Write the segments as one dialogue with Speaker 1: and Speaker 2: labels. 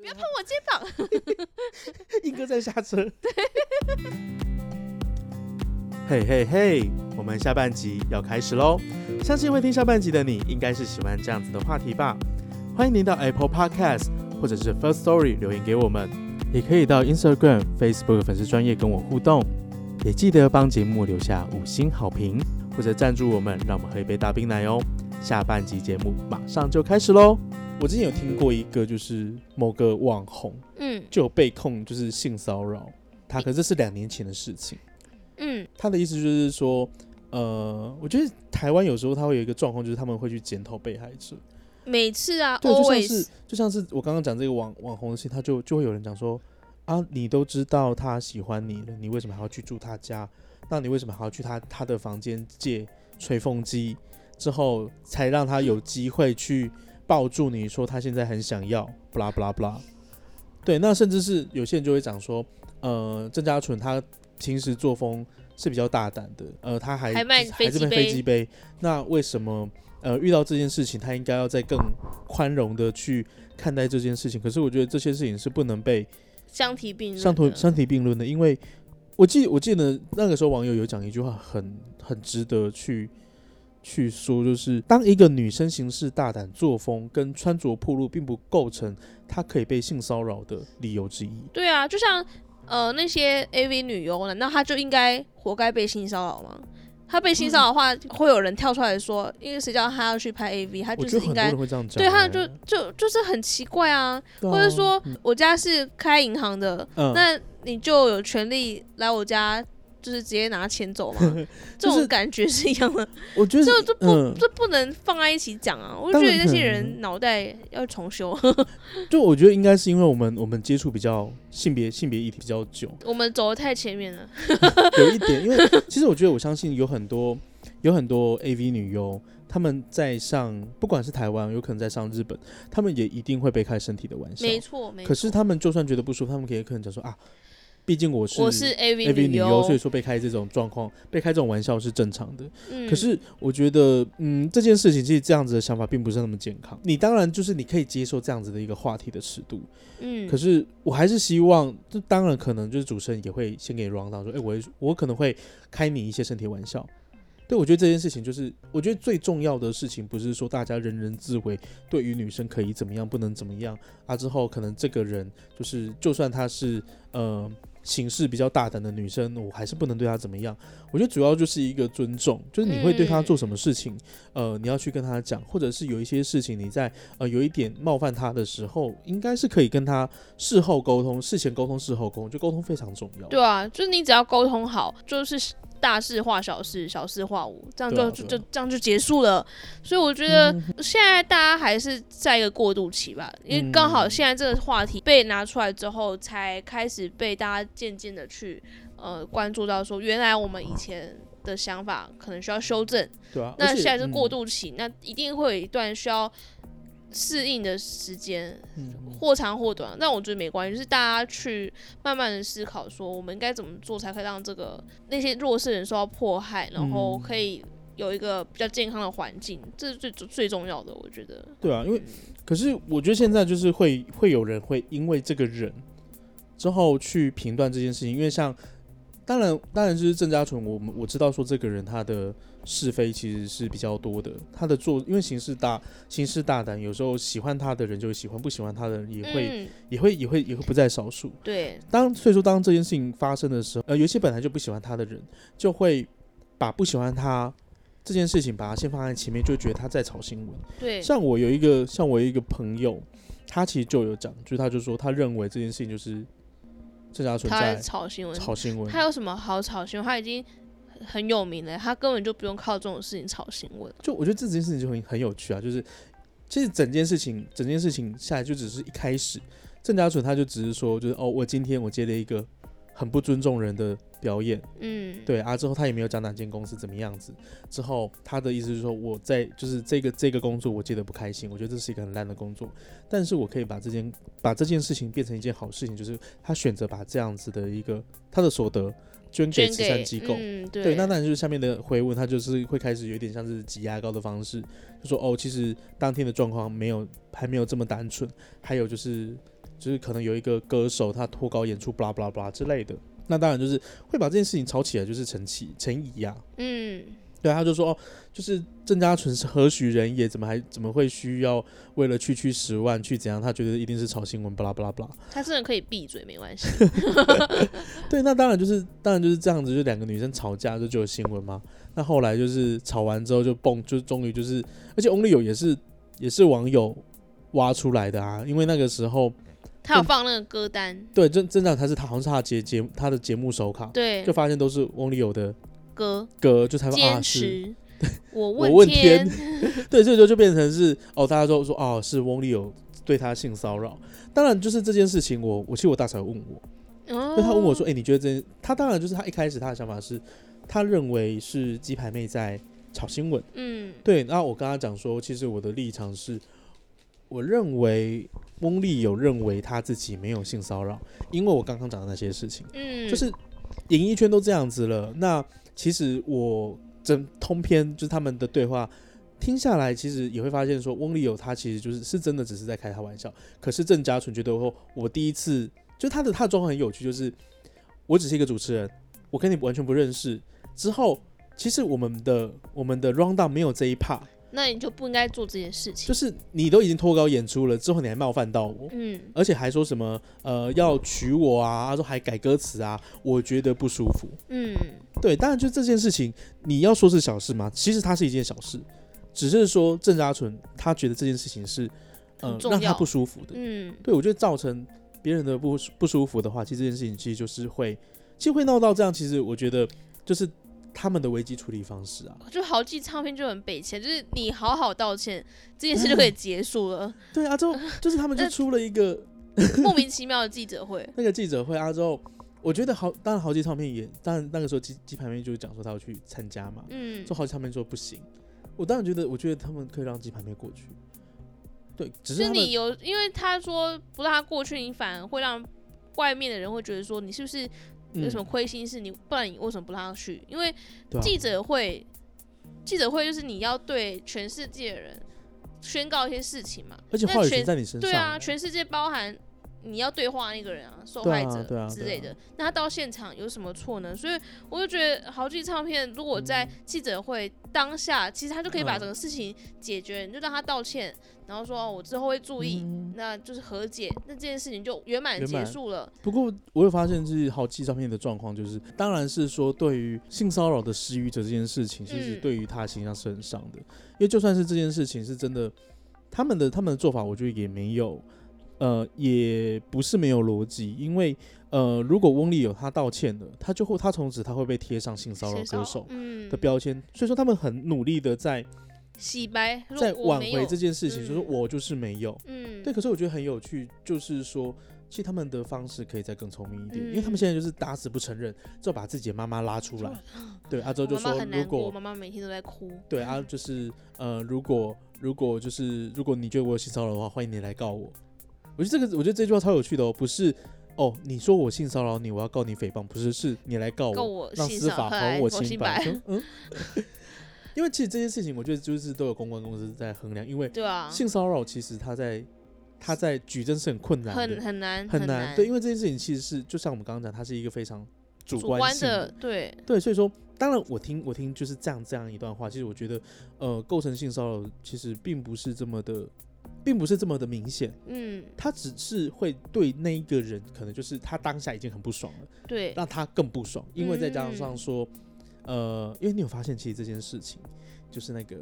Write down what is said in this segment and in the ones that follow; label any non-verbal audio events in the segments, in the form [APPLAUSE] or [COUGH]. Speaker 1: 别碰我肩膀。
Speaker 2: 硬哥在下车。 [LAUGHS] 嘿嘿嘿，我们下半集要开始喽！相信会听下半集的你，应该是喜欢这样子的话题吧？欢迎您到 Apple Podcast 或者是 First Story 留言给我们，也可以到 Instagram、Facebook 粉丝专业跟我互动。也记得帮节目留下五星好评，或者赞助我们，让我们喝一杯大冰奶哦。下半集节目马上就开始喽！我之前有听过一个，就是某个网红，
Speaker 1: 嗯
Speaker 2: 就有被控就是性骚扰他，可是这是两年前的事情。
Speaker 1: 嗯
Speaker 2: 他的意思就是说，呃，我觉得台湾有时候他会有一个状况，就是他们会去检讨被害者。
Speaker 1: 每次啊
Speaker 2: 对，就像是
Speaker 1: ，always，
Speaker 2: 就像是我刚刚讲这个网网红的事情，他就就会有人讲说，啊，你都知道他喜欢你了，你为什么还要去住他家？那你为什么还要去他他的房间借吹风机？之后才让他有机会去抱住你说他现在很想要，不啦不啦不啦。对，那甚至是有些人就会讲说，呃，郑家纯他平时作风是比较大胆的，呃，他还
Speaker 1: 还卖飞
Speaker 2: 是
Speaker 1: 机
Speaker 2: 卖
Speaker 1: 杯
Speaker 2: 飞机杯，那为什么呃遇到这件事情，他应该要再更宽容的去看待这件事情？可是我觉得这些事情是不能被
Speaker 1: 相提并论的。
Speaker 2: 相同相提并论的，因为我记我记得那个时候网友有讲一句话很很值得去去说，就是当一个女生行事大胆、作风跟穿着暴露，并不构成她可以被性骚扰的理由之一。
Speaker 1: 对啊，就像呃那些 AV 女优，难道她就应该活该被性骚扰吗？她被性骚扰的话，会有人跳出来说，因为谁叫她要去拍 AV，她就
Speaker 2: 我觉
Speaker 1: 是
Speaker 2: 得很
Speaker 1: 应
Speaker 2: 多
Speaker 1: 该
Speaker 2: 人。会这样讲、欸
Speaker 1: 对，
Speaker 2: 啊
Speaker 1: 她
Speaker 2: 他
Speaker 1: 就就就是很奇怪啊，或者说我家是开银行的，
Speaker 2: 嗯，
Speaker 1: 那你就有权利来我家，就是直接拿钱
Speaker 2: [LAUGHS]
Speaker 1: 走嘛？这
Speaker 2: 就
Speaker 1: 种
Speaker 2: 是
Speaker 1: 感觉是一样的，
Speaker 2: 我觉得
Speaker 1: 这这不、
Speaker 2: 嗯
Speaker 1: 这不能放在一起讲啊！我就
Speaker 2: 当
Speaker 1: 觉
Speaker 2: 然
Speaker 1: 得那
Speaker 2: 可
Speaker 1: 些
Speaker 2: 能
Speaker 1: 人脑袋要重修。 [LAUGHS]
Speaker 2: 就我觉得应该是因为我们我们接触比较性别性别议题比较久，
Speaker 1: 我们走的太前面了，
Speaker 2: [LAUGHS] 有一点，因为其实我觉得我相信有很多有很多 AV 女优，她们在上不管是台湾，有可能在上日本，她们也一定会被开身体的玩笑。
Speaker 1: 没错，没错。
Speaker 2: 可是她们就算觉得不舒服，她们可以可能讲说啊，毕竟我是
Speaker 1: 我是 AV
Speaker 2: AV 女
Speaker 1: 优，
Speaker 2: 优，所以说被开这种状况，被开这种玩笑是正常的。
Speaker 1: 嗯
Speaker 2: 可是我觉得，嗯，这件事情其实这样子的想法并不是那么健康。你当然就是你可以接受这样子的一个话题的尺度，
Speaker 1: 嗯，
Speaker 2: 可是我还是希望，这当然可能就是主持人也会先给 round down 说，哎、我我可能会开你一些身体玩笑。对，我觉得这件事情就是，我觉得最重要的事情不是说大家人人自危，对于女生可以怎么样，不能怎么样啊。之后可能这个人就是，就算她是呃行事比较大胆的女生，我还是不能对她怎么样。我觉得主要就是一个尊重，就是你会对她
Speaker 1: 嗯
Speaker 2: 做什么事情，呃，你要去跟她讲，或者是有一些事情你在呃有一点冒犯她的时候，应该是可以跟她事后沟通，事前沟通，事后沟通，就沟通非常重要。
Speaker 1: 对啊，就是你只要沟通好，就是大事化小事，小事化无，这样就、
Speaker 2: 对啊嗯
Speaker 1: 就
Speaker 2: 对
Speaker 1: 就
Speaker 2: 啊
Speaker 1: 这样就结束了。所以我觉得现在大家还是在一个过渡期吧，因为刚好
Speaker 2: 嗯
Speaker 1: 现在这个话题被拿出来之后，才开始被大家渐渐的去呃关注到说，原来我们以前。的想法可能需要修正，
Speaker 2: 对啊，
Speaker 1: 那
Speaker 2: 而且
Speaker 1: 现在是过
Speaker 2: 嗯
Speaker 1: 渡期，那一定会有一段需要适应的时间，
Speaker 2: 嗯嗯
Speaker 1: 或长或短，但我觉得没关系，就是大家去慢慢的思考，说我们应该怎么做才可以让这个那些弱势人受到迫害，然后
Speaker 2: 嗯
Speaker 1: 可以有一个比较健康的环境，这是最最重要的，我觉得。
Speaker 2: 对啊，因为可是我觉得现在就是会会有人会因为这个人之后去评断这件事情，因为像当然当然就是郑家纯，我们我知道说这个人他的是非其实是比较多的，他的做因为行事大行事大胆，有时候喜欢他的人就会喜欢，不喜欢他的人也会、
Speaker 1: 嗯，
Speaker 2: 也会也会也会不在少数。
Speaker 1: 对，
Speaker 2: 当所以说，当这件事情发生的时候，呃，有一些本来就不喜欢他的人，就会把不喜欢他这件事情，把它先放在前面，就觉得他在炒新闻。
Speaker 1: 对，
Speaker 2: 像我有一个，像我有一个朋友，他其实就有讲，就是他就说，他认为这件事情就是郑家纯
Speaker 1: 他在
Speaker 2: 在
Speaker 1: 炒新闻，
Speaker 2: 炒新闻。
Speaker 1: 他有什么好炒新闻？他已经很有名了，他根本就不用靠这种事情炒新闻。
Speaker 2: 就我觉得这件事情就很很有趣啊，就是其实整件事情，整件事情下来就只是一开始，郑家纯他就只是说，就是哦，我今天我接了一个很不尊重人的表演。
Speaker 1: 嗯，
Speaker 2: 对啊，之后他也没有讲哪间公司怎么样子。之后他的意思是说，我在就是这个这个工作我接得不开心，我觉得这是一个很烂的工作，但是我可以把这件把这件事情变成一件好事情，就是他选择把这样子的一个他的所得捐给
Speaker 1: 捐
Speaker 2: 慈善
Speaker 1: 给
Speaker 2: 机构。
Speaker 1: 嗯，对，
Speaker 2: 对，那当然就是下面的回文，他就是会开始有点像是挤牙膏的方式，就说哦，其实当天的状况没有还没有这么单纯，还有就是就是可能有一个歌手他脱稿演出，blah blah blah 之类的。那当然就是会把这件事情吵起来，就是陈启陈怡呀、
Speaker 1: 嗯，
Speaker 2: 对，他就说哦，就是郑家纯是何许人也？怎么还怎么会需要为了区区十万去怎样？他觉得一定是炒新闻，巴拉巴拉巴拉。
Speaker 1: 他真的可以闭嘴，没
Speaker 2: [LAUGHS]
Speaker 1: 关系。
Speaker 2: 对，那当然就是当然就是这样子，就两个女生吵架就就有新闻嘛。那后来就是吵完之后就蹦，就终于就是，而且 Only 有也是也是网友挖出来的啊，因为那个时候
Speaker 1: 他有放那个歌单，
Speaker 2: 对郑郑长他是他好像是他的节节他的节目手卡，
Speaker 1: 对
Speaker 2: 就，发现都是 Only 有的
Speaker 1: 歌
Speaker 2: 歌，就才发现啊
Speaker 1: 坚
Speaker 2: 是。
Speaker 1: 持。
Speaker 2: [LAUGHS]
Speaker 1: 我
Speaker 2: 我问
Speaker 1: 天，
Speaker 2: 对，这就就变成是哦，大家都说哦，是翁立友对他性骚扰。当然，就是这件事情我，我其实我大嫂有问我，
Speaker 1: 哦
Speaker 2: 就他问我说，哎、你觉得这件？他当然就是他一开始他的想法是，他认为是鸡排妹在炒新闻。
Speaker 1: 嗯
Speaker 2: 对，那我跟他讲说，其实我的立场是，我认为翁立友认为他自己没有性骚扰，因为我刚刚讲的那些事情。
Speaker 1: 嗯，
Speaker 2: 就是演艺圈都这样子了。那其实我整通篇就是他们的对话听下来，其实也会发现说，翁立友他其实就是是真的只是在开他玩笑。可是郑家纯觉得说，我第一次就他的他的状况很有趣，就是我只是一个主持人，我跟你完全不认识。之后其实我们的我们的 round down 没有这一 part，
Speaker 1: 那你就不应该做这件事情。
Speaker 2: 就是你都已经脱稿演出了，之后你还冒犯到我。
Speaker 1: 嗯，
Speaker 2: 而且还说什么呃要娶我啊，他说还改歌词啊，我觉得不舒服。
Speaker 1: 嗯，
Speaker 2: 对，当然就这件事情，你要说是小事吗？其实它是一件小事，只是说郑家纯他觉得这件事情是，呃
Speaker 1: 很，重
Speaker 2: 让他
Speaker 1: 要
Speaker 2: 不舒服的。
Speaker 1: 嗯，
Speaker 2: 对我觉得造成别人的不舒不舒服的话，其实这件事情其实就是会，其实会闹到这样。其实我觉得就是他们的危机处理方式啊，
Speaker 1: 就豪记唱片就很北切，就是你好好道歉，这件事就可以结束了。
Speaker 2: [LAUGHS] 对啊，
Speaker 1: [LAUGHS]
Speaker 2: 之后就是他们就
Speaker 1: 那
Speaker 2: 出了一个
Speaker 1: 莫名其妙的记者会，
Speaker 2: 那个记者会啊，之后我觉得好，当然豪记唱片也，当然那个时候鸡鸡排妹就讲说他要去参加嘛，
Speaker 1: 嗯
Speaker 2: 做，好他们说不行，我当然觉得，我觉得他们可以让鸡排妹过去。对，只是
Speaker 1: 是
Speaker 2: 他
Speaker 1: 你
Speaker 2: 们
Speaker 1: 有，因为他说不让他过去，你反而会让外面的人会觉得说你是不是有什么
Speaker 2: 嗯
Speaker 1: 亏心事？你不然你为什么不让他去？因为
Speaker 2: 对啊
Speaker 1: 记者会，记者会就是你要对全世界的人宣告一些事情嘛，
Speaker 2: 而且
Speaker 1: 那
Speaker 2: 话语
Speaker 1: 全
Speaker 2: 权在你身上。欸
Speaker 1: 对啊，全世界包含你要对话那个人啊，受
Speaker 2: 对啊
Speaker 1: 害者
Speaker 2: 对啊
Speaker 1: 之类
Speaker 2: 对啊
Speaker 1: 的。那他到现场有什么错呢？所以我就觉得豪记唱片如果在记者会当下，其实他就可以把
Speaker 2: 嗯
Speaker 1: 整个事情解决，你就让他道歉，然后说、哦、我之后会注意。
Speaker 2: 嗯
Speaker 1: 那就是和解，那这件事情就圆满
Speaker 2: 圆
Speaker 1: 结
Speaker 2: 满
Speaker 1: 束了。
Speaker 2: 不过我有发现，就是好记照片的状况，就是当然是说对于性骚扰的施予者这件事情，其实
Speaker 1: 嗯
Speaker 2: 对于他的形象是很伤的。因为就算是这件事情是真的，他们的他们的做法，我觉得也没有，呃，也不是没有逻辑。因为呃，如果翁立友他道歉了，他就会他从此他会被贴上性骚扰
Speaker 1: 谁
Speaker 2: 歌
Speaker 1: 骚
Speaker 2: 手
Speaker 1: 嗯
Speaker 2: 的，标签，所以说他们很努力的在
Speaker 1: 洗白，说
Speaker 2: 在
Speaker 1: 我
Speaker 2: 挽
Speaker 1: 没
Speaker 2: 回
Speaker 1: 有
Speaker 2: 这，件事情，就是
Speaker 1: 嗯
Speaker 2: 我就是没有。
Speaker 1: 嗯，
Speaker 2: 对，可是我觉得很有趣，就是说，其实他们的方式可以再更聪明一点，因为他
Speaker 1: 嗯
Speaker 2: 们现在就是打死不承认，就把自己的妈妈
Speaker 1: [LAUGHS]
Speaker 2: 拉出来。对，阿周
Speaker 1: 我
Speaker 2: 就
Speaker 1: 妈妈
Speaker 2: 说，
Speaker 1: 很
Speaker 2: 如
Speaker 1: 难过，我
Speaker 2: 果
Speaker 1: 妈妈每天都在哭。[LAUGHS]
Speaker 2: 对啊，就是呃，如果如果就是如果你觉得我有性骚扰的话，欢迎你来告我。我觉得这个，我觉得这句话超有趣的哦，不是哦，你说我性骚扰你，我要告你诽谤，不是，是你来告我，
Speaker 1: 告我
Speaker 2: 让
Speaker 1: 性
Speaker 2: 司
Speaker 1: 骚
Speaker 2: 法
Speaker 1: 扰
Speaker 2: 还我
Speaker 1: 我
Speaker 2: 清
Speaker 1: 清
Speaker 2: 白
Speaker 1: 白。
Speaker 2: [LAUGHS] 就嗯，因为其实这些事情，我觉得就是都有公关公司在衡量，因为
Speaker 1: [LAUGHS] 对啊，
Speaker 2: 性骚扰其实他在他在举证是很困难的，
Speaker 1: 很很难
Speaker 2: 很
Speaker 1: 难，
Speaker 2: 对，因为这件事情其实是就像我们刚刚讲，它是一个非常主
Speaker 1: 主
Speaker 2: 观
Speaker 1: 观
Speaker 2: 性
Speaker 1: 的，对，
Speaker 2: 对，所以说，当然我听我听就是这样这样一段话，其实我觉得，呃，构成性骚扰其实并不是这么的，并不是这么的明显，
Speaker 1: 嗯，
Speaker 2: 它只是会对那一个人，可能就是他当下已经很不爽了，
Speaker 1: 对，
Speaker 2: 让他更不爽，因为再加
Speaker 1: 嗯
Speaker 2: 上说，呃，因为你有发现，其实这件事情就是那个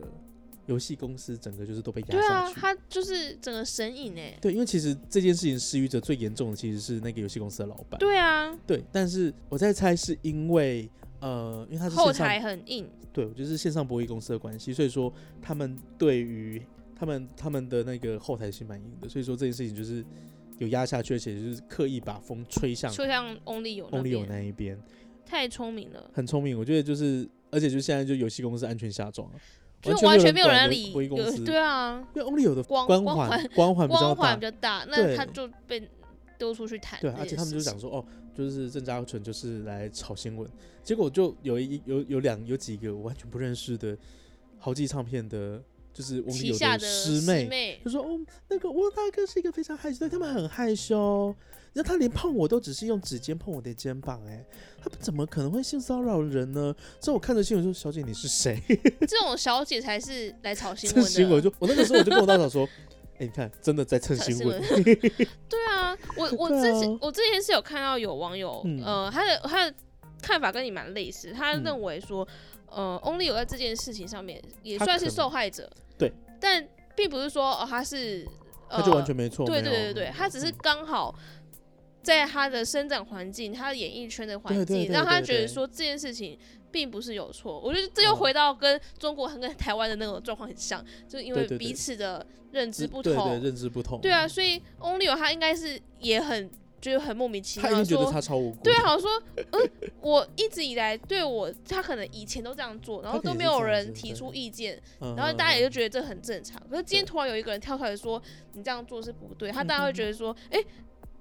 Speaker 2: 游戏公司整个就是都被压
Speaker 1: 对
Speaker 2: 下
Speaker 1: 啊，
Speaker 2: 去。
Speaker 1: 他就是整个神隐哎，
Speaker 2: 对，因为其实这件事情施予者最严重的其实是那个游戏公司的老板。
Speaker 1: 对啊，
Speaker 2: 对，但是我在猜是因为呃，因为他是
Speaker 1: 后
Speaker 2: 线上，
Speaker 1: 台很硬，
Speaker 2: 对，就是线上博弈公司的关系，所以说他们对于他们他们的那个后台是蛮硬的，所以说这件事情就是有压下去，而且就是刻意把风吹向
Speaker 1: 就像 Only 有那
Speaker 2: 翁立友
Speaker 1: 边，
Speaker 2: 那一边，
Speaker 1: 太聪明了，
Speaker 2: 很聪明，我觉得就是，而且就现在就游戏公司安全下装了。
Speaker 1: 就完全没有
Speaker 2: 人
Speaker 1: 人
Speaker 2: 管
Speaker 1: 理
Speaker 2: 博弈，公
Speaker 1: 有
Speaker 2: 司，
Speaker 1: 对啊，
Speaker 2: 因为翁立友的
Speaker 1: 光
Speaker 2: 光
Speaker 1: 光
Speaker 2: 环
Speaker 1: 环
Speaker 2: 光环比较
Speaker 1: 光
Speaker 2: 大
Speaker 1: 环比，较大，那
Speaker 2: 对
Speaker 1: 他就被丢出去谈这件事情，
Speaker 2: 对啊，而且他们就讲说，哦，就是郑家纯就是来炒新闻，结果就有一有有两有几个我完全不认识的豪记唱片的就是我们
Speaker 1: 旗
Speaker 2: 有
Speaker 1: 下的
Speaker 2: 师妹，
Speaker 1: 妹
Speaker 2: [LAUGHS] 就说哦，那个汪大哥是一个非常害羞的，他们很害羞，然后他连碰我都只是用指尖碰我的肩膀、哎，他们怎么可能会性骚扰人呢？所以我看着新闻说，小姐你是谁？
Speaker 1: 这种小姐才是来炒新
Speaker 2: 这
Speaker 1: 闻
Speaker 2: 新闻
Speaker 1: 的。
Speaker 2: 就我那个时候我就跟我大
Speaker 1: [LAUGHS]
Speaker 2: 嫂说，哎、你看真的在蹭
Speaker 1: 炒
Speaker 2: 新
Speaker 1: 新 [LAUGHS]
Speaker 2: 闻，
Speaker 1: 闻对啊，我我
Speaker 2: 对啊
Speaker 1: 之前、我之前是有看到有网友，
Speaker 2: 嗯
Speaker 1: 呃，他的他的看法跟你蛮类似，他
Speaker 2: 嗯
Speaker 1: 认为说，呃，Only 有在这件事情上面也
Speaker 2: 他
Speaker 1: 算
Speaker 2: 可
Speaker 1: 是
Speaker 2: 能
Speaker 1: 受害者，
Speaker 2: 对，
Speaker 1: 但并不是说哦他是，呃、
Speaker 2: 他就完全没错，
Speaker 1: 对
Speaker 2: 没
Speaker 1: 对
Speaker 2: 有
Speaker 1: 对
Speaker 2: 嗯
Speaker 1: 对，他只是刚好在他的生长环境、他的演艺圈的环
Speaker 2: 对
Speaker 1: 境，
Speaker 2: 对对
Speaker 1: 让他
Speaker 2: 对
Speaker 1: 觉
Speaker 2: 对
Speaker 1: 得说这件事情并不是有错。我觉得这又
Speaker 2: 嗯
Speaker 1: 回到跟中国跟台湾的那种状况很像，就是因
Speaker 2: 对
Speaker 1: 为
Speaker 2: 对对
Speaker 1: 彼此的认知不
Speaker 2: 嗯对对
Speaker 1: 同。
Speaker 2: 认知不同，
Speaker 1: 对啊，所以 Only 有他应该是也很就是很莫名其
Speaker 2: 他一
Speaker 1: 妙
Speaker 2: 定觉得
Speaker 1: 说。
Speaker 2: 他超无辜，
Speaker 1: 对啊，我说，嗯，我一直以来对我，他可能以前都这样做，然后
Speaker 2: 他可能
Speaker 1: 都没
Speaker 2: 也是
Speaker 1: 有
Speaker 2: 这样
Speaker 1: 人
Speaker 2: 子
Speaker 1: 提
Speaker 2: 对
Speaker 1: 出意见，
Speaker 2: 嗯，
Speaker 1: 然后大家也
Speaker 2: 就
Speaker 1: 就觉得这很正常。可是今天
Speaker 2: 对
Speaker 1: 突然有一个人跳出来说你这样做是不对，他当
Speaker 2: 嗯
Speaker 1: 然会
Speaker 2: 哼
Speaker 1: 觉得说，哎、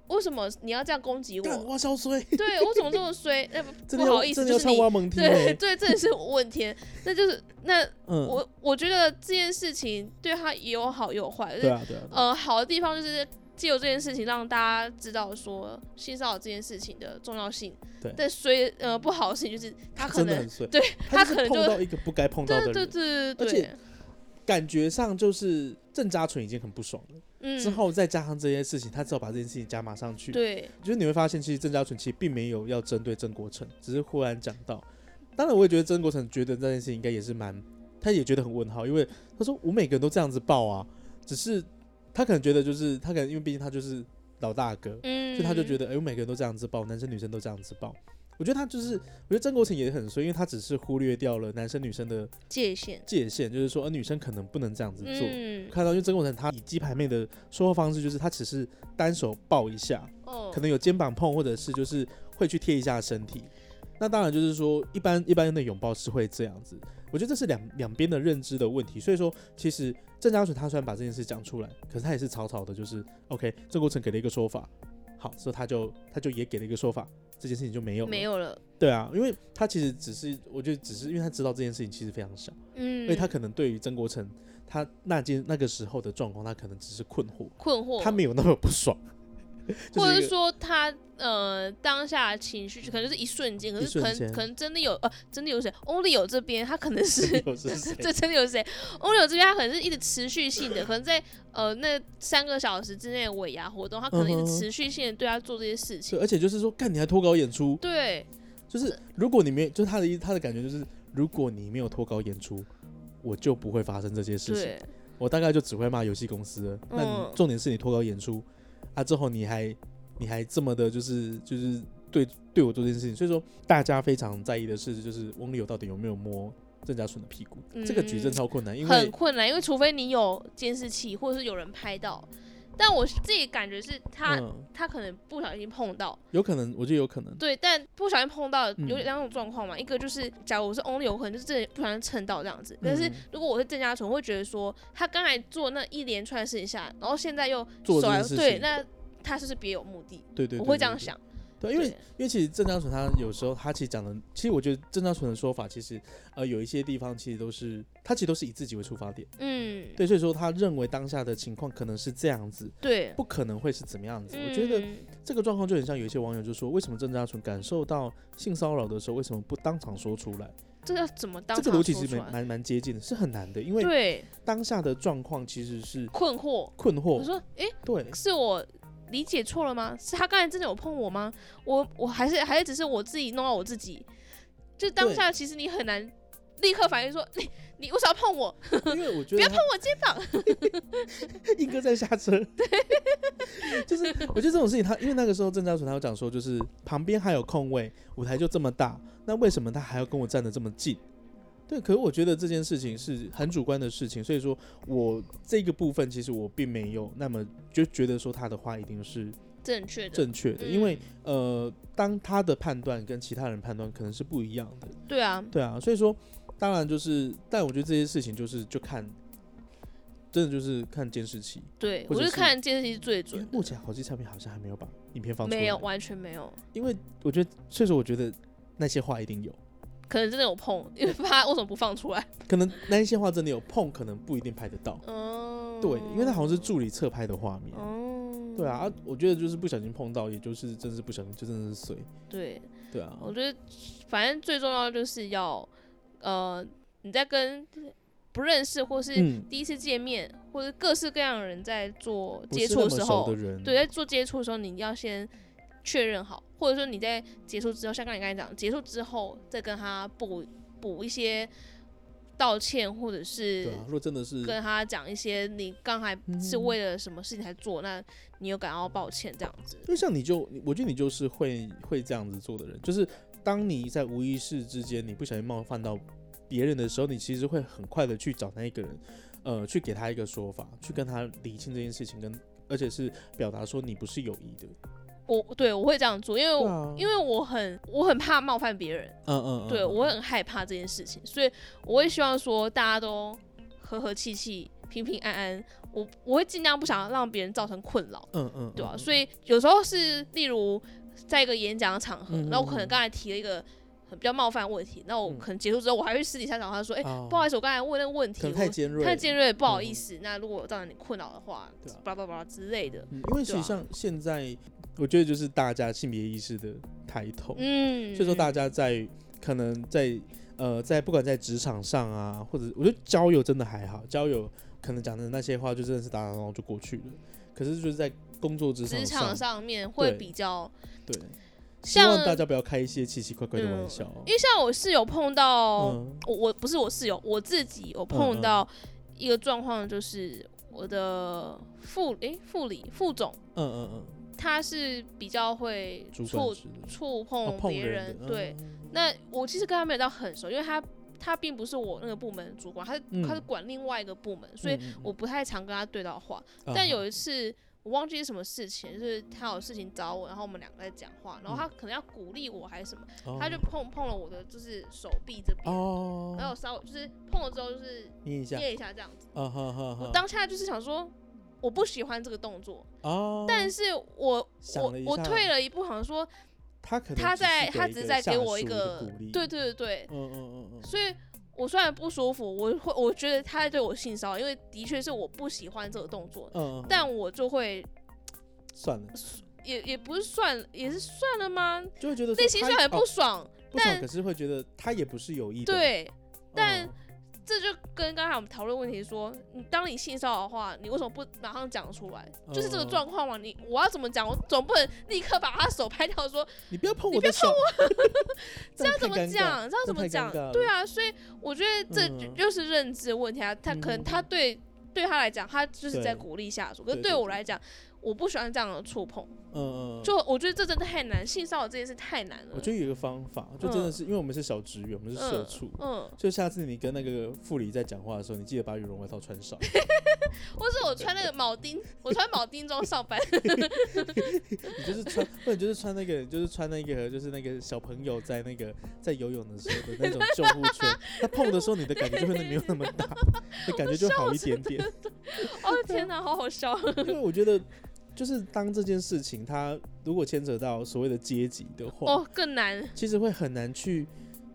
Speaker 1: 为什么你要这样攻击
Speaker 2: [LAUGHS] 干
Speaker 1: 我？
Speaker 2: 挖
Speaker 1: [LAUGHS]
Speaker 2: 小水，
Speaker 1: 对我怎么这么衰？那不
Speaker 2: 真
Speaker 1: 不
Speaker 2: 的
Speaker 1: 好
Speaker 2: 要
Speaker 1: 意思，
Speaker 2: 真的要
Speaker 1: 就是
Speaker 2: 唱
Speaker 1: 你
Speaker 2: 挖蒙
Speaker 1: [LAUGHS]
Speaker 2: 听、
Speaker 1: 对
Speaker 2: 欸，
Speaker 1: 对，真的是我问天，那就是那
Speaker 2: 嗯，
Speaker 1: 我我觉得这件事情对他也有好也有坏，就是
Speaker 2: 对啊对啊，
Speaker 1: 呃，好的地方就是借由这件事情让大家知道说性骚扰这件事情的重要性。
Speaker 2: 对
Speaker 1: 但虽呃不好的事情就是他可
Speaker 2: 真的
Speaker 1: 能
Speaker 2: 很碎，
Speaker 1: 对他
Speaker 2: 他就是
Speaker 1: 可能
Speaker 2: 碰
Speaker 1: 就
Speaker 2: 到一个不该碰到
Speaker 1: 对
Speaker 2: 的人，
Speaker 1: 对对
Speaker 2: 而
Speaker 1: 对
Speaker 2: 且
Speaker 1: 对，
Speaker 2: 感觉上就是郑嘉纯已经很不爽了，之
Speaker 1: 嗯，
Speaker 2: 后再加上这些事情，他只好把这件事情加码上去。
Speaker 1: 对
Speaker 2: 就是你会发现，其实郑嘉纯其实并没有要针对郑国成，只是忽然讲到。当然，我也觉得郑国成觉得这件事情应该也是蛮，他也觉得很问号，因为他说我每个人都这样子报啊，只是他可能觉得就是他可能因为毕竟他就是老大哥，
Speaker 1: 嗯，
Speaker 2: 所以他就觉得哎、我每个人都这样子报，男生女生都这样子报。我觉得他就是，我觉得郑国成也很衰，因为他只是忽略掉了男生女生的
Speaker 1: 界限。
Speaker 2: 界限，就是说，呃，女生可能不能这样子做。
Speaker 1: 嗯，
Speaker 2: 看到，因为曾国成他以鸡排妹的说话方式，就是他只是单手抱一下，
Speaker 1: 哦
Speaker 2: 可，能有肩膀碰，或者是就是会去贴一下身体。那当然就是说，一般一般的拥抱是会这样子。我觉得这是两两边的认知的问题。所以说，其实郑家纯他虽然把这件事讲出来，可是他也是草草的，就是 OK，郑国成给了一个说法，好，所以他就他就也给了一个说法，这件事情就没有了
Speaker 1: 没。有了。
Speaker 2: 对啊，因为他其实只是，我觉得只是因为他知道这件事情其实非常小。
Speaker 1: 嗯，
Speaker 2: 因为他可能对于曾国成他那件那个时候的状况，他可能只是困惑，
Speaker 1: 困惑，
Speaker 2: 他没有那么不爽， [LAUGHS] 就
Speaker 1: 或者
Speaker 2: 是一
Speaker 1: 是
Speaker 2: 个
Speaker 1: 说他呃当下情绪可能就是一瞬间，可
Speaker 2: 一
Speaker 1: 是可
Speaker 2: 瞬间
Speaker 1: 能可能真的有呃真的有谁，Only 有这边他可
Speaker 2: [LAUGHS]
Speaker 1: 能 [LAUGHS] 是
Speaker 2: 有是谁
Speaker 1: 这真的有谁？欧柳这边他可能是一直持续性的，可能在呃那三个小时之内的尾牙活动，他可能一
Speaker 2: 嗯
Speaker 1: 直
Speaker 2: 哼
Speaker 1: 持续性的对他做这些事情。
Speaker 2: 对，而且就是说，干你还脱稿演出，
Speaker 1: 对，
Speaker 2: 就是如果你没有，就是他的意他的感觉就是，如果你没有脱稿演出，我就不会发生这些事情，
Speaker 1: 对，
Speaker 2: 我大概就只会骂游戏公司了。那
Speaker 1: 嗯
Speaker 2: 你重点是你脱稿演出啊，之后你还你还这么的，就是就是对对我做这件事情，所以说大家非常在意的是，就是翁立友到底有没有摸郑家纯的屁股，这个举证
Speaker 1: 嗯
Speaker 2: 超困难，因为
Speaker 1: 很困难，因为除非你有监视器，或者是有人拍到。但我自己感觉是他、
Speaker 2: 嗯，
Speaker 1: 他可能不小心碰到，
Speaker 2: 有可能，我觉得有可能，
Speaker 1: 对，但不小心碰到
Speaker 2: 嗯
Speaker 1: 有两种状况嘛，一个就是假如我是 only 有可能就是真的不小心蹭到这样子，但是
Speaker 2: 嗯
Speaker 1: 如果我是郑嘉纯，我会觉得说他刚才做那一连串的事情下，然后现在又
Speaker 2: 做
Speaker 1: 手
Speaker 2: 这
Speaker 1: 来
Speaker 2: 件事
Speaker 1: 对，
Speaker 2: 情
Speaker 1: 那他是不是别有目的？
Speaker 2: 对对，
Speaker 1: 我
Speaker 2: 对
Speaker 1: 会
Speaker 2: 对
Speaker 1: 这样
Speaker 2: 对
Speaker 1: 想，
Speaker 2: 对，因为
Speaker 1: 对
Speaker 2: 因为其实郑嘉纯他有时候他其实讲的，其实我觉得郑嘉纯的说法，其实呃有一些地方其实都是他其实都是以自己为出发点，
Speaker 1: 嗯，
Speaker 2: 对，所以说他认为当下的情况可能是这样子，
Speaker 1: 对，
Speaker 2: 不可能会是怎么样子。我觉得
Speaker 1: 嗯
Speaker 2: 这个状况就很像有一些网友就说，为什么郑嘉纯感受到性骚扰的时候，为什么不当场说出来？
Speaker 1: 这要怎么当
Speaker 2: 这个
Speaker 1: 场
Speaker 2: 逻辑
Speaker 1: 说
Speaker 2: 其实
Speaker 1: 出
Speaker 2: 蛮
Speaker 1: 来？
Speaker 2: 蛮蛮接近的，是很难的，因为
Speaker 1: 对，
Speaker 2: 当下的状况其实是
Speaker 1: 困惑。
Speaker 2: 困
Speaker 1: 我
Speaker 2: 惑，
Speaker 1: 说，诶，
Speaker 2: 对，
Speaker 1: 是我理解错了吗？是他刚才真的有碰我吗？我我还是还是只是我自己弄到我自己。就当
Speaker 2: 对
Speaker 1: 下其实你很难立刻反应说，你你为啥碰我？
Speaker 2: 因为我
Speaker 1: 不
Speaker 2: 觉得
Speaker 1: 要
Speaker 2: 他
Speaker 1: 碰我肩膀。
Speaker 2: [LAUGHS] 硬哥在下车。 [LAUGHS] 就是我觉得这种事情他，因为那个时候郑嘉纯他有讲说，就是旁边还有空位，舞台就这么大，那为什么他还要跟我站得这么近？对，可是我觉得这件事情是很主观的事情，所以说我这个部分其实我并没有那么就觉得说他的话一定是
Speaker 1: 正确的，
Speaker 2: 正确的，因为
Speaker 1: 嗯
Speaker 2: 呃，当他的判断跟其他人判断可能是不一样的，
Speaker 1: 对啊，
Speaker 2: 对啊，所以说当然就是，但我觉得这些事情就是就看，真的就是看监视器，
Speaker 1: 对我
Speaker 2: 或者
Speaker 1: 就是看监视器是最
Speaker 2: 因为
Speaker 1: 准的
Speaker 2: 目，前好记唱片好像还没有把影片放出来，
Speaker 1: 没有，完全没有，
Speaker 2: 因为我觉得，所以说我觉得那些话一定有，
Speaker 1: 可能真的有碰，因为他为什么不放出来？ [LAUGHS]
Speaker 2: 可能那一些画真的有碰，可能不一定拍得到。
Speaker 1: 哦，
Speaker 2: 对，因为它好像是助理侧拍的画面。
Speaker 1: 哦，
Speaker 2: 对啊，啊，我觉得就是不小心碰到，也就是真是不小心，就真的是碎。
Speaker 1: 对，
Speaker 2: 对啊，
Speaker 1: 我觉得反正最重要的就是要，呃，你在跟不认识或是
Speaker 2: 嗯，
Speaker 1: 第一次见面，或者各式各样的人在做
Speaker 2: 不
Speaker 1: 接
Speaker 2: 是
Speaker 1: 触
Speaker 2: 那
Speaker 1: 的
Speaker 2: 么
Speaker 1: 时
Speaker 2: 熟
Speaker 1: 候
Speaker 2: 的，人，
Speaker 1: 对，在做接触的时候，你要先确认好，或者说你在结束之后，像刚才刚才讲，结束之后再跟他补补一些道歉，或者是
Speaker 2: 对啊，嗯如果真的是
Speaker 1: 跟他讲一些你刚才是为了什么事情才做，那你有感到抱歉这样子。
Speaker 2: 因为像你就，你我觉得你就是会会这样子做的人，就是当你在无意识之间，你不小心冒犯到别人的时候，你其实会很快的去找那一个人，呃，去给他一个说法，去跟他理清这件事情，跟而且是表达说你不是有意的，
Speaker 1: 我对我会这样做，因为我、
Speaker 2: 对啊
Speaker 1: 哦因为我很我很怕冒犯别人，
Speaker 2: 嗯嗯，嗯
Speaker 1: 对我很害怕这件事情，所以我会希望说大家都和和气气、平平安安。我我会尽量不想让别人造成困扰，
Speaker 2: 嗯嗯，
Speaker 1: 对啊，
Speaker 2: 嗯
Speaker 1: 所以有时候是例如在一个演讲的场合
Speaker 2: 嗯嗯，
Speaker 1: 那、我可能刚才提了一个很比较冒犯的问题，那我
Speaker 2: 嗯
Speaker 1: 可能结束之后，我还会私底下找他说，哎、
Speaker 2: 哦
Speaker 1: 不好意思，我刚才问那个问
Speaker 2: 可
Speaker 1: 题，
Speaker 2: 能太
Speaker 1: 我
Speaker 2: 尖锐，
Speaker 1: 太尖锐，不好
Speaker 2: 嗯
Speaker 1: 意思。那如果有造成你困扰的话
Speaker 2: 对啊，
Speaker 1: 巴拉巴拉之类的。
Speaker 2: 嗯，因为其
Speaker 1: 对啊
Speaker 2: 实像现在，我觉得就是大家性别意识的抬头，
Speaker 1: 嗯，
Speaker 2: 所以说大家在可能在呃在不管在职场上啊，或者我觉得交友真的还好，交友可能讲的那些话就真的是打打闹闹就过去了。可是就是在工作职场
Speaker 1: 职
Speaker 2: 上，
Speaker 1: 场上面会
Speaker 2: 对
Speaker 1: 比较，
Speaker 2: 对，希
Speaker 1: 像嗯
Speaker 2: 望大家不要开一些奇奇怪怪的玩笑。哦
Speaker 1: 因为像我室友碰到，
Speaker 2: 嗯
Speaker 1: 我我不是我室友，我自己我
Speaker 2: 嗯嗯
Speaker 1: 碰到一个状况，就是我的副诶、副理副总，
Speaker 2: 嗯嗯嗯，
Speaker 1: 他是比较会
Speaker 2: 主管
Speaker 1: 触
Speaker 2: 职
Speaker 1: 触
Speaker 2: 哦
Speaker 1: 碰
Speaker 2: 碰
Speaker 1: 别人，
Speaker 2: 的
Speaker 1: 对。，
Speaker 2: 嗯
Speaker 1: 那我其实跟他没有到很熟，因为他他并不是我那个部门的主管，他是、
Speaker 2: 嗯
Speaker 1: 他是管另外一个部门，所以
Speaker 2: 嗯嗯
Speaker 1: 我不太常跟他对到话。
Speaker 2: 嗯
Speaker 1: 但
Speaker 2: 啊
Speaker 1: 有一次我忘记是什么事情，就是他有事情找我，然后我们两个在讲话，
Speaker 2: 嗯
Speaker 1: 然后他可能要鼓励我还是什么，
Speaker 2: 哦
Speaker 1: 他就碰碰了我的就是手臂这边，然
Speaker 2: 哦，
Speaker 1: 后稍微就是碰了之后就是
Speaker 2: 捏一下，
Speaker 1: 捏一下这样子。
Speaker 2: 啊哈哈
Speaker 1: 我
Speaker 2: 哈，
Speaker 1: 当下就是想说。我不喜欢这个动作，
Speaker 2: 哦，
Speaker 1: 但是我
Speaker 2: 想
Speaker 1: 我
Speaker 2: 了一
Speaker 1: 我
Speaker 2: 下
Speaker 1: 退了一步，好像说
Speaker 2: 他可能
Speaker 1: 他
Speaker 2: 只是
Speaker 1: 在
Speaker 2: 给
Speaker 1: 他
Speaker 2: 一
Speaker 1: 只是
Speaker 2: 个
Speaker 1: 在
Speaker 2: 下
Speaker 1: 给我一
Speaker 2: 属
Speaker 1: 个
Speaker 2: 鼓励，
Speaker 1: 对对对对，
Speaker 2: 嗯嗯嗯嗯，
Speaker 1: 所以我虽然不舒服，我会我觉得他在对我性骚扰，因为的确是我不喜欢这个动作，
Speaker 2: 嗯，嗯
Speaker 1: 但我就会
Speaker 2: 算了，
Speaker 1: 也也不是算也是算了吗？
Speaker 2: 就会觉得说
Speaker 1: 内心
Speaker 2: 他
Speaker 1: 虽然
Speaker 2: 哦
Speaker 1: 不爽，
Speaker 2: 不爽，
Speaker 1: 但
Speaker 2: 可是会觉得他也不是有意的。
Speaker 1: 对，
Speaker 2: 嗯，
Speaker 1: 但这就跟刚才我们讨论问题说，你当你性骚扰的话，你为什么不马上讲出来？就是这个
Speaker 2: 嗯
Speaker 1: 状况嘛，你我要怎么讲？我总不能立刻把他手拍掉说
Speaker 2: 你不要碰我的手， [LAUGHS]
Speaker 1: 这
Speaker 2: 这
Speaker 1: 要怎么讲？这要怎么讲？对
Speaker 2: 啊，
Speaker 1: 啊，所以我觉得这就
Speaker 2: 嗯
Speaker 1: 就是认知问题啊。他可能他对对他来讲，他就是在鼓励下属；可是
Speaker 2: 对
Speaker 1: 对
Speaker 2: 对
Speaker 1: 我
Speaker 2: 对
Speaker 1: 来讲，我不喜欢这样的触碰。
Speaker 2: 嗯嗯，
Speaker 1: 就我觉得这真的太难，性骚扰这件事太难了。
Speaker 2: 我觉得有一个方法，就真的是因为我们是小职员，我们是社畜。
Speaker 1: 嗯，
Speaker 2: 就下次你跟那个副理在讲话的时候，你记得把羽绒外套穿上，
Speaker 1: 或是我穿那个铆钉，我穿铆钉装上班。 [LAUGHS]
Speaker 2: 你就是穿，不然你就是穿那个，就是穿那个，就是那个小朋友在那个在游泳的时候的那种救护圈，他碰的时候你的感觉就会没有那么
Speaker 1: [LAUGHS]
Speaker 2: 大，的感觉就好一点点。
Speaker 1: 哦天哪，好好笑。
Speaker 2: [LAUGHS] 因为我觉得，就是当这件事情它如果牵扯到所谓的阶级的话，
Speaker 1: 哦，更难。
Speaker 2: 其实会很难去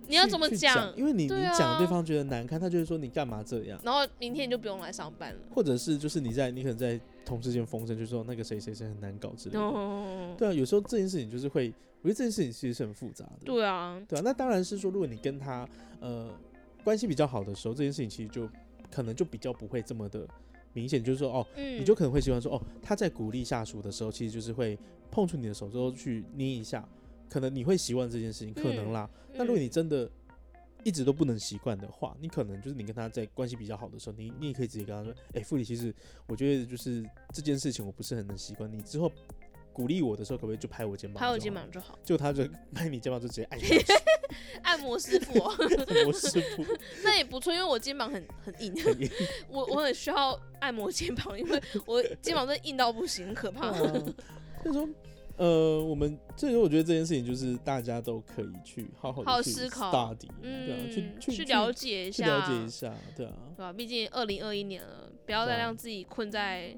Speaker 1: 你要怎么
Speaker 2: 去去讲，因为你、
Speaker 1: 对啊
Speaker 2: 你讲对方觉得难堪，他就会说你干嘛这样，
Speaker 1: 然后明天你就不用来上班了。
Speaker 2: 或者是就是你在你可能在同事间风声，就说那个谁谁谁很难搞之类的。
Speaker 1: 哦，
Speaker 2: 对啊，有时候这件事情就是会，我觉得这件事情其实是很复杂的。
Speaker 1: 对啊，
Speaker 2: 对啊，那当然是说，如果你跟他呃关系比较好的时候，这件事情其实就可能就比较不会这么的明显，就是说哦，
Speaker 1: 嗯，
Speaker 2: 你就可能会喜欢说，哦，他在鼓励下属的时候，其实就是会碰触你的手之后去捏一下，可能你会习惯这件事情，可能啦。
Speaker 1: 嗯
Speaker 2: 那、如果你真的一直都不能习惯的话，你可能就是你跟他在关系比较好的时候，你你也可以直接跟他说，哎、副理，其实我觉得就是这件事情我不是很能习惯，你之后鼓励我的时候，可不可以就拍我肩膀？
Speaker 1: 拍我肩，膀就好，
Speaker 2: 就他 [LAUGHS] 就拍你肩膀就直接
Speaker 1: [LAUGHS]
Speaker 2: 按下去，
Speaker 1: 按摩师傅哦、
Speaker 2: [LAUGHS] 我师傅，
Speaker 1: 那也不错，因为我肩膀很很硬，我我很需要按摩肩膀，因为我肩膀真的硬到不行，很可
Speaker 2: [LAUGHS]
Speaker 1: 怕。
Speaker 2: 哦所以说，呃，我们这个我觉得这件事情就是大家都可以去好好地
Speaker 1: 好
Speaker 2: 去
Speaker 1: 思考
Speaker 2: study，对啊，
Speaker 1: 嗯，
Speaker 2: 去去
Speaker 1: 了解一
Speaker 2: 去
Speaker 1: 下，
Speaker 2: 了解一下，对啊，
Speaker 1: 对吧？毕竟二零二一年了，不要
Speaker 2: 对
Speaker 1: 再
Speaker 2: 啊
Speaker 1: 让自己困在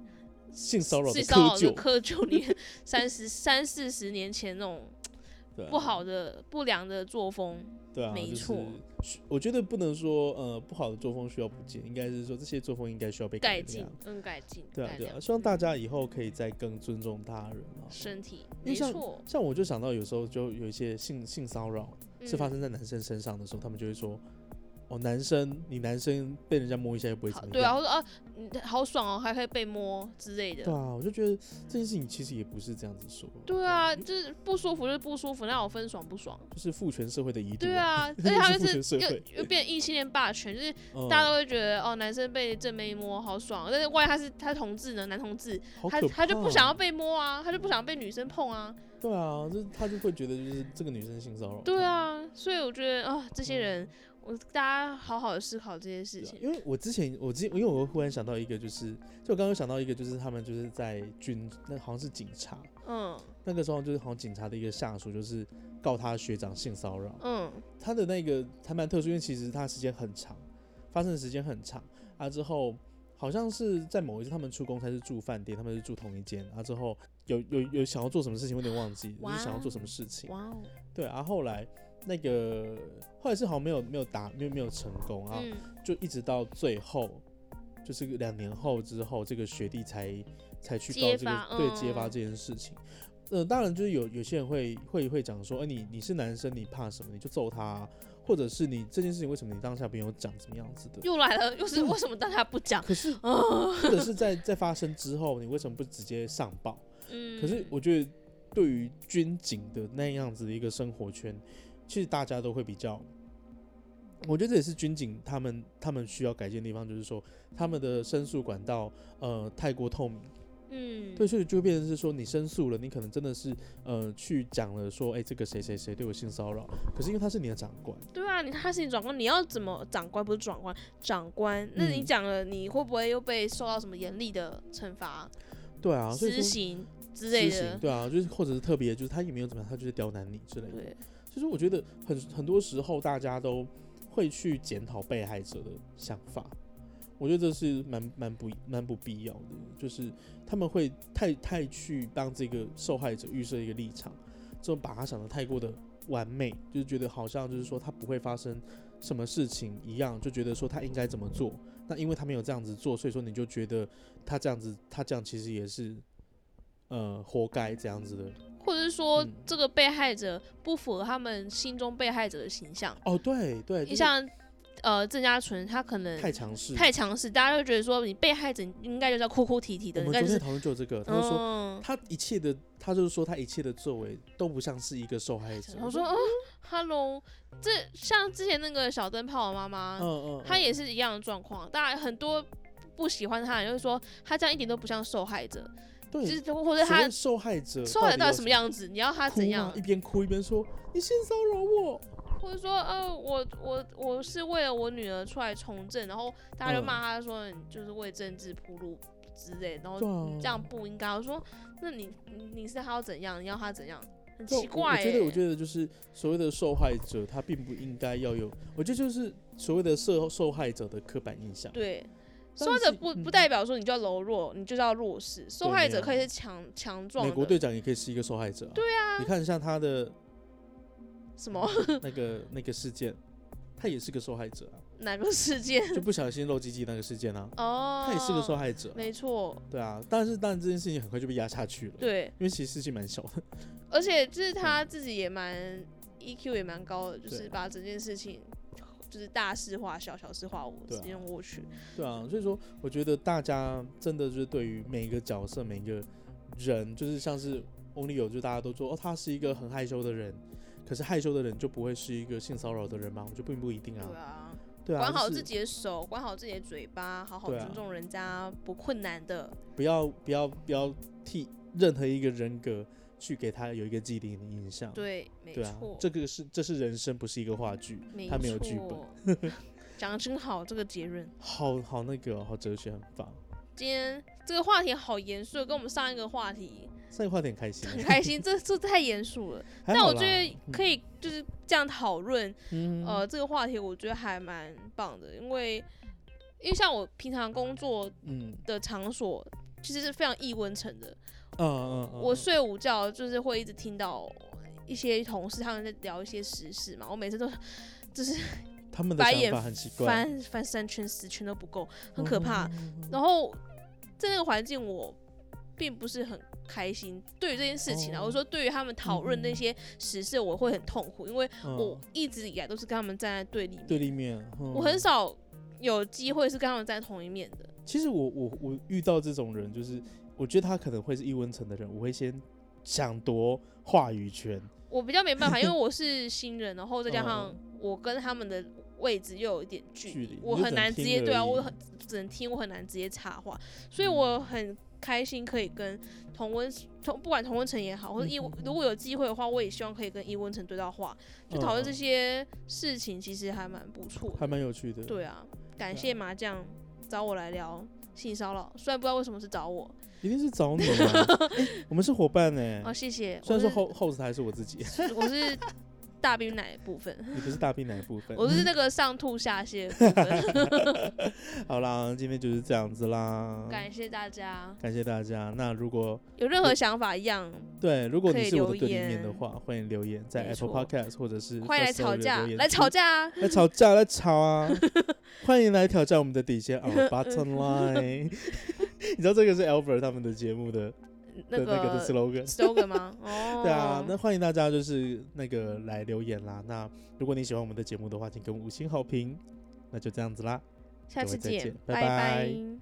Speaker 2: 性骚扰的
Speaker 1: 性
Speaker 2: 窠
Speaker 1: 骚扰的
Speaker 2: 臼， [LAUGHS]
Speaker 1: 窠臼里，三十三四十年前那种
Speaker 2: 对啊
Speaker 1: 不好的、不良的作风。
Speaker 2: 对啊，
Speaker 1: 没
Speaker 2: 就是
Speaker 1: 错
Speaker 2: 需我觉得不能说呃不好的作风需要不见，应该是说这些作风应该需要被
Speaker 1: 改
Speaker 2: 进
Speaker 1: 进。，嗯，改进，
Speaker 2: 对啊
Speaker 1: 改，
Speaker 2: 对
Speaker 1: 良
Speaker 2: 啊，希望大家以后可以再更尊重他人啊。
Speaker 1: 身体，
Speaker 2: 因为
Speaker 1: 没
Speaker 2: 像
Speaker 1: 错，
Speaker 2: 像我就想到有时候就有一些性性骚扰是发
Speaker 1: 嗯
Speaker 2: 生在男生身上的时候，他们就会说，哦，男生你男生被人家摸一下又不会
Speaker 1: 好
Speaker 2: 怎么
Speaker 1: 对啊，
Speaker 2: 样。
Speaker 1: 或者啊，嗯好爽哦，还可以被摸之类的
Speaker 2: 对。啊，我就觉得这件事情其实也不是这样子说，嗯
Speaker 1: 对啊，就是不舒服就是不舒服，那我分爽不爽？
Speaker 2: 就是父权社会的遗毒、
Speaker 1: 对啊，而且
Speaker 2: 又
Speaker 1: 他
Speaker 2: [LAUGHS] 是
Speaker 1: 们
Speaker 2: 父权社
Speaker 1: 是
Speaker 2: 会
Speaker 1: 又又变异性恋霸权，就是
Speaker 2: 嗯，
Speaker 1: 大家都会觉得、哦，男生被正妹摸好爽，但是万一他是他同志呢，男同志，
Speaker 2: 好
Speaker 1: 他
Speaker 2: 可
Speaker 1: 他就
Speaker 2: 怕哦
Speaker 1: 不想要被摸啊，他就不想被女生碰啊，
Speaker 2: 对啊，就是他就会觉得就是这个女生性骚扰。
Speaker 1: 对啊，所以我觉得啊、这些
Speaker 2: 嗯
Speaker 1: 人，我大家好好的思考这些事
Speaker 2: 对啊
Speaker 1: 情。
Speaker 2: 因为我之前，我之前，因为我忽然想到一个，就是，就我刚刚想到一个，就是他们就是在军，那好像是警察，
Speaker 1: 嗯
Speaker 2: 那个时候就是好像警察的一个下属，就是告他学长性骚扰，
Speaker 1: 嗯
Speaker 2: 他的那个还蛮特殊，因为其实他时间很长，发生的时间很长啊，之后好像是在某一次他们出公差是住饭店，他们是住同一间啊，之后有有有想要做什么事情，我有点忘记，就是想要做什么事情，
Speaker 1: 哇哦，
Speaker 2: 对啊，后来那个后来是好像没有没有达没有没有成功啊，
Speaker 1: 嗯，
Speaker 2: 就一直到最后，就是两年后之后，这个学弟才才去告
Speaker 1: 揭
Speaker 2: 这个、
Speaker 1: 发
Speaker 2: 对揭发
Speaker 1: 嗯
Speaker 2: 这件事情。呃，当然就是有有些人会会会讲说，哎、你你是男生，你怕什么？你就揍他啊、或者是你这件事情为什么你当下没有讲怎么样子的？
Speaker 1: 又来了，又是为什么大家不
Speaker 2: [LAUGHS]
Speaker 1: 讲？
Speaker 2: 可是，或者是在在发生之后，你为什么不直接上报？
Speaker 1: 嗯，
Speaker 2: 可是我觉得，对于军警的那样子的一个生活圈，其实大家都会比较。我觉得这也是军警他们他们需要改进的地方，就是说他们的申诉管道呃太过透明，
Speaker 1: 嗯，
Speaker 2: 对，所以就变成是说你申诉了，你可能真的是呃去讲了说，哎、这个谁谁谁对我性骚扰，可是因为他是你的长官，
Speaker 1: 对啊，你他是你长官，你要怎么长官不是长官，长官，那你
Speaker 2: 嗯
Speaker 1: 讲了，你会不会又被受到什么严厉的惩罚、
Speaker 2: 对啊，所以
Speaker 1: 私
Speaker 2: 说
Speaker 1: 刑之
Speaker 2: 私
Speaker 1: 类
Speaker 2: 刑
Speaker 1: 的？
Speaker 2: 对啊，就是或者是特别就是他也没有怎么样，他就是刁难你之类的，
Speaker 1: 对，
Speaker 2: 就是我觉得很很多时候大家都会去检讨被害者的想法，我觉得这是蛮蛮不蛮不必要的，就是他们会太太去帮这个受害者预设一个立场，就把他想的太过的完美，就是觉得好像就是说他不会发生什么事情一样，就觉得说他应该怎么做。那因为他没有这样子做，所以说你就觉得他这样子，他这样其实也是，呃，活该这样子的。
Speaker 1: 或者是说
Speaker 2: 嗯
Speaker 1: 这个被害者不符合他们心中被害者的形象，
Speaker 2: 哦，对对，就
Speaker 1: 你
Speaker 2: 是
Speaker 1: 像呃郑家纯，他可能
Speaker 2: 太强势，
Speaker 1: 太强势，大家就觉得说你被害者应该就是要哭哭啼啼的，
Speaker 2: 我
Speaker 1: 你
Speaker 2: 们
Speaker 1: 应
Speaker 2: 昨
Speaker 1: 该就是
Speaker 2: 天讨论就有这个，他就说、
Speaker 1: 嗯。
Speaker 2: 他一切的，他就是说他一切的作为都不像是一个受害者。
Speaker 1: 我说，啊，Hello，这像之前那个小灯泡的妈妈
Speaker 2: 嗯，嗯，
Speaker 1: 他
Speaker 2: 嗯
Speaker 1: 也是一样的状况。当然，很多不喜欢他的人就是说，他这样一点都不像受害者，就
Speaker 2: 对，
Speaker 1: 是或者
Speaker 2: 所
Speaker 1: 他
Speaker 2: 谓受害者，
Speaker 1: 受害者到底什么
Speaker 2: 样？
Speaker 1: 样子，你要他
Speaker 2: 哭
Speaker 1: 怎
Speaker 2: 吗
Speaker 1: 样
Speaker 2: 一，边哭一边说你性骚扰我，
Speaker 1: 或者说，呃，我我我是为了我女儿出来从政，然后大
Speaker 2: 嗯
Speaker 1: 家就骂他说，你就是为政治铺路之类，然后
Speaker 2: 对啊
Speaker 1: 你这样不应该。我说，那你你你是他要怎样，你要他怎样，很
Speaker 2: 就
Speaker 1: 奇怪、
Speaker 2: 啊我
Speaker 1: 欸。
Speaker 2: 觉得，我觉得就是所谓的受害者，他并不应该要有，我觉得就是所谓的受受害者的刻板印象。
Speaker 1: 对，
Speaker 2: 但
Speaker 1: 受害者
Speaker 2: 是
Speaker 1: 不不
Speaker 2: 嗯
Speaker 1: 代表说你就要柔弱，你就是要弱势。受
Speaker 2: 对
Speaker 1: 害
Speaker 2: 没
Speaker 1: 者可以
Speaker 2: 有
Speaker 1: 是强强壮
Speaker 2: 美
Speaker 1: 的。
Speaker 2: 国队长也可以是一个受害者、对啊，你看像他的
Speaker 1: 什么 [LAUGHS]
Speaker 2: 那个那个事件，他也是个受害者啊，
Speaker 1: 哪个事件？
Speaker 2: 就不小心露鸡鸡那个事件啊，
Speaker 1: 哦，
Speaker 2: [LAUGHS] 他也是个受害者啊、
Speaker 1: 没错，
Speaker 2: 对啊，但是但这件事情很快就被压下去了。，
Speaker 1: 对，
Speaker 2: 因为其实事情蛮小的。
Speaker 1: 而且就是他自己也蛮 EQ 也蛮高的，就是
Speaker 2: 对
Speaker 1: 把整件事情就是大事化小，小事化无，
Speaker 2: 对
Speaker 1: 直
Speaker 2: 啊
Speaker 1: 接用过去。
Speaker 2: 对啊，所以说我觉得大家真的就是对于每一个角色、每一个人，就是像是 Only 有，就大家都说哦，他是一个很害羞的人，可是害羞的人就不会是一个性骚扰的人吗？我觉得并不一定
Speaker 1: 对
Speaker 2: 啊。
Speaker 1: 啊，
Speaker 2: 对啊，
Speaker 1: 管好
Speaker 2: 就
Speaker 1: 自
Speaker 2: 是
Speaker 1: 己的手，管好自己的嘴巴，好好
Speaker 2: 对啊啊
Speaker 1: 尊重人家，不困难的。
Speaker 2: 不要不要不要替任何一个人格去给他有一个既定的印象。
Speaker 1: 对，没
Speaker 2: 对啊
Speaker 1: 错，，
Speaker 2: 这个是这是人生，不是一个话剧。
Speaker 1: 没
Speaker 2: 他没有剧本
Speaker 1: 本。 [LAUGHS] 讲的真好，这个结论。
Speaker 2: 好好那个哦、好哲学，很棒。
Speaker 1: 今天这个话题好严肃，跟我们上一个话题
Speaker 2: 上一话点开心，
Speaker 1: 很开
Speaker 2: [LAUGHS]
Speaker 1: 心，这这太严肃了。
Speaker 2: 还
Speaker 1: 但
Speaker 2: 好
Speaker 1: 我
Speaker 2: 啦
Speaker 1: 觉得可以就是这样讨论，
Speaker 2: 嗯
Speaker 1: 呃，这个话题我觉得还蛮棒的，因为因为像我平常工作
Speaker 2: 嗯
Speaker 1: 的场所其实是非常易温层的，
Speaker 2: 嗯嗯，嗯
Speaker 1: 我睡午觉就是会一直听到一些同事他们在聊一些时事嘛，我每次都
Speaker 2: 他们的
Speaker 1: 白
Speaker 2: 想
Speaker 1: 眼
Speaker 2: 法很奇怪，嗯
Speaker 1: 翻翻三圈十圈都不够，很可怕。然后在那个环境，我并不是很开心。对于这件事情啊，
Speaker 2: 哦
Speaker 1: 我说对于他们讨论那些时事，我会很痛苦，因为
Speaker 2: 嗯
Speaker 1: 我一直以来都是跟他们站在对立面，
Speaker 2: 对立面，嗯
Speaker 1: 我很少有机会是跟他们站在同一面的。
Speaker 2: 其实我我我遇到这种人，就是我觉得他可能会是易温层的人，我会先抢夺话语权。
Speaker 1: 我比较没办法，因为
Speaker 2: [LAUGHS]
Speaker 1: 我是新人，然后再加上
Speaker 2: 嗯
Speaker 1: 我跟他们的位置又有一点距
Speaker 2: 距
Speaker 1: 离
Speaker 2: 离，
Speaker 1: 我
Speaker 2: 你就
Speaker 1: 很
Speaker 2: 只能
Speaker 1: 难直
Speaker 2: 听
Speaker 1: 接对啊，
Speaker 2: 而已嗯
Speaker 1: 我很只能听，我很难直接插话，所以我很开心可以跟同温同不管同温层也好，或
Speaker 2: 嗯
Speaker 1: 者一如果有机会的话，我也希望可以跟一温层对到话，就讨论这
Speaker 2: 嗯
Speaker 1: 些事情，其实还蛮不错
Speaker 2: 还
Speaker 1: 的。
Speaker 2: 蛮有趣的。，
Speaker 1: 对啊，感
Speaker 2: 对啊
Speaker 1: 谢麻将找我来聊性骚扰，虽然不知道为什么是找我，
Speaker 2: 一定是找你
Speaker 1: [LAUGHS]
Speaker 2: 啊！欸我们是伙伴呢、
Speaker 1: 哦谢谢，
Speaker 2: 嗯虽
Speaker 1: 我
Speaker 2: 然说
Speaker 1: 是
Speaker 2: 后后 s 还是我自己， [LAUGHS]
Speaker 1: 我是大兵奶的部分。
Speaker 2: 你不是大病哪一部分。
Speaker 1: 我是那个上吐下泻的部
Speaker 2: [LAUGHS]
Speaker 1: 分，
Speaker 2: 好啦，今天就是这样子啦，
Speaker 1: 感谢大家。
Speaker 2: 感谢大家。那如果
Speaker 1: 有任何想法一样，
Speaker 2: 对，如果
Speaker 1: 可
Speaker 2: 你
Speaker 1: 以
Speaker 2: 是我的
Speaker 1: 留
Speaker 2: 对立面的
Speaker 1: 言
Speaker 2: 话，欢迎留言在
Speaker 1: 没
Speaker 2: Apple
Speaker 1: 错
Speaker 2: Podcast 或者是
Speaker 1: 快来
Speaker 2: First Story
Speaker 1: 吵
Speaker 2: 的
Speaker 1: 架
Speaker 2: 留，言
Speaker 1: 来
Speaker 2: 区
Speaker 1: 吵架啊！
Speaker 2: 来吵架，来
Speaker 1: [LAUGHS]
Speaker 2: 吵啊！欢迎来挑战我们的底线 our bottom line。你 [LAUGHS] 知道这个是 Albert 他们的节目的
Speaker 1: 那
Speaker 2: 的那个的
Speaker 1: 个
Speaker 2: slogan。
Speaker 1: slogan 吗？哦，
Speaker 2: [LAUGHS] 对啊，那欢迎大家就是那个来留言啦。那如果你喜欢我们的节目的话，请给我们五星好评。那就这样子啦。
Speaker 1: 下次
Speaker 2: 各位再见
Speaker 1: 见，
Speaker 2: 拜
Speaker 1: 拜
Speaker 2: 拜
Speaker 1: 拜